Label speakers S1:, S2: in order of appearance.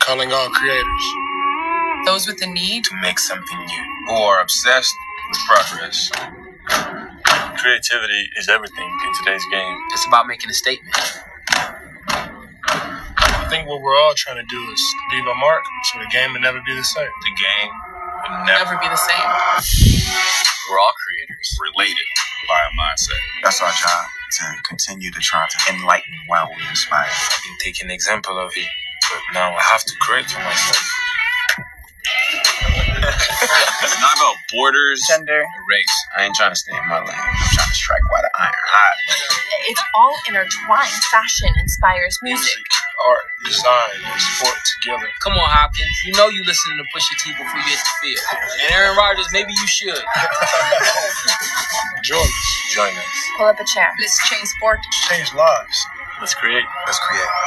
S1: calling all creators. Those with the need
S2: to make something new who are obsessed with progress. Creativity is everything in today's game. It's about making a statement.
S1: I think what we're all trying to do is leave a mark so the game will never be the same.
S2: The game will never,
S3: Never be the same.
S2: We're all creators, related by a mindset.
S4: That's our job to continue to try to enlighten while we inspire.
S2: I've been taking example of it, but now I have to create for myself. it's not about borders,
S3: Gender.
S2: or race. I ain't trying to stay in my lane. I'm trying to strike while the iron hot.
S5: It's all intertwined. Fashion inspires music.
S1: Art, design, and sport together.
S6: Come on, Hopkins. You know you listening to Pusha T before you hit the field. And Aaron Rodgers, maybe you should.
S1: Join us.
S2: Join us.
S5: Pull up a chair.
S3: Let's change sport.
S1: Change lives.
S2: Let's create.
S4: Let's create.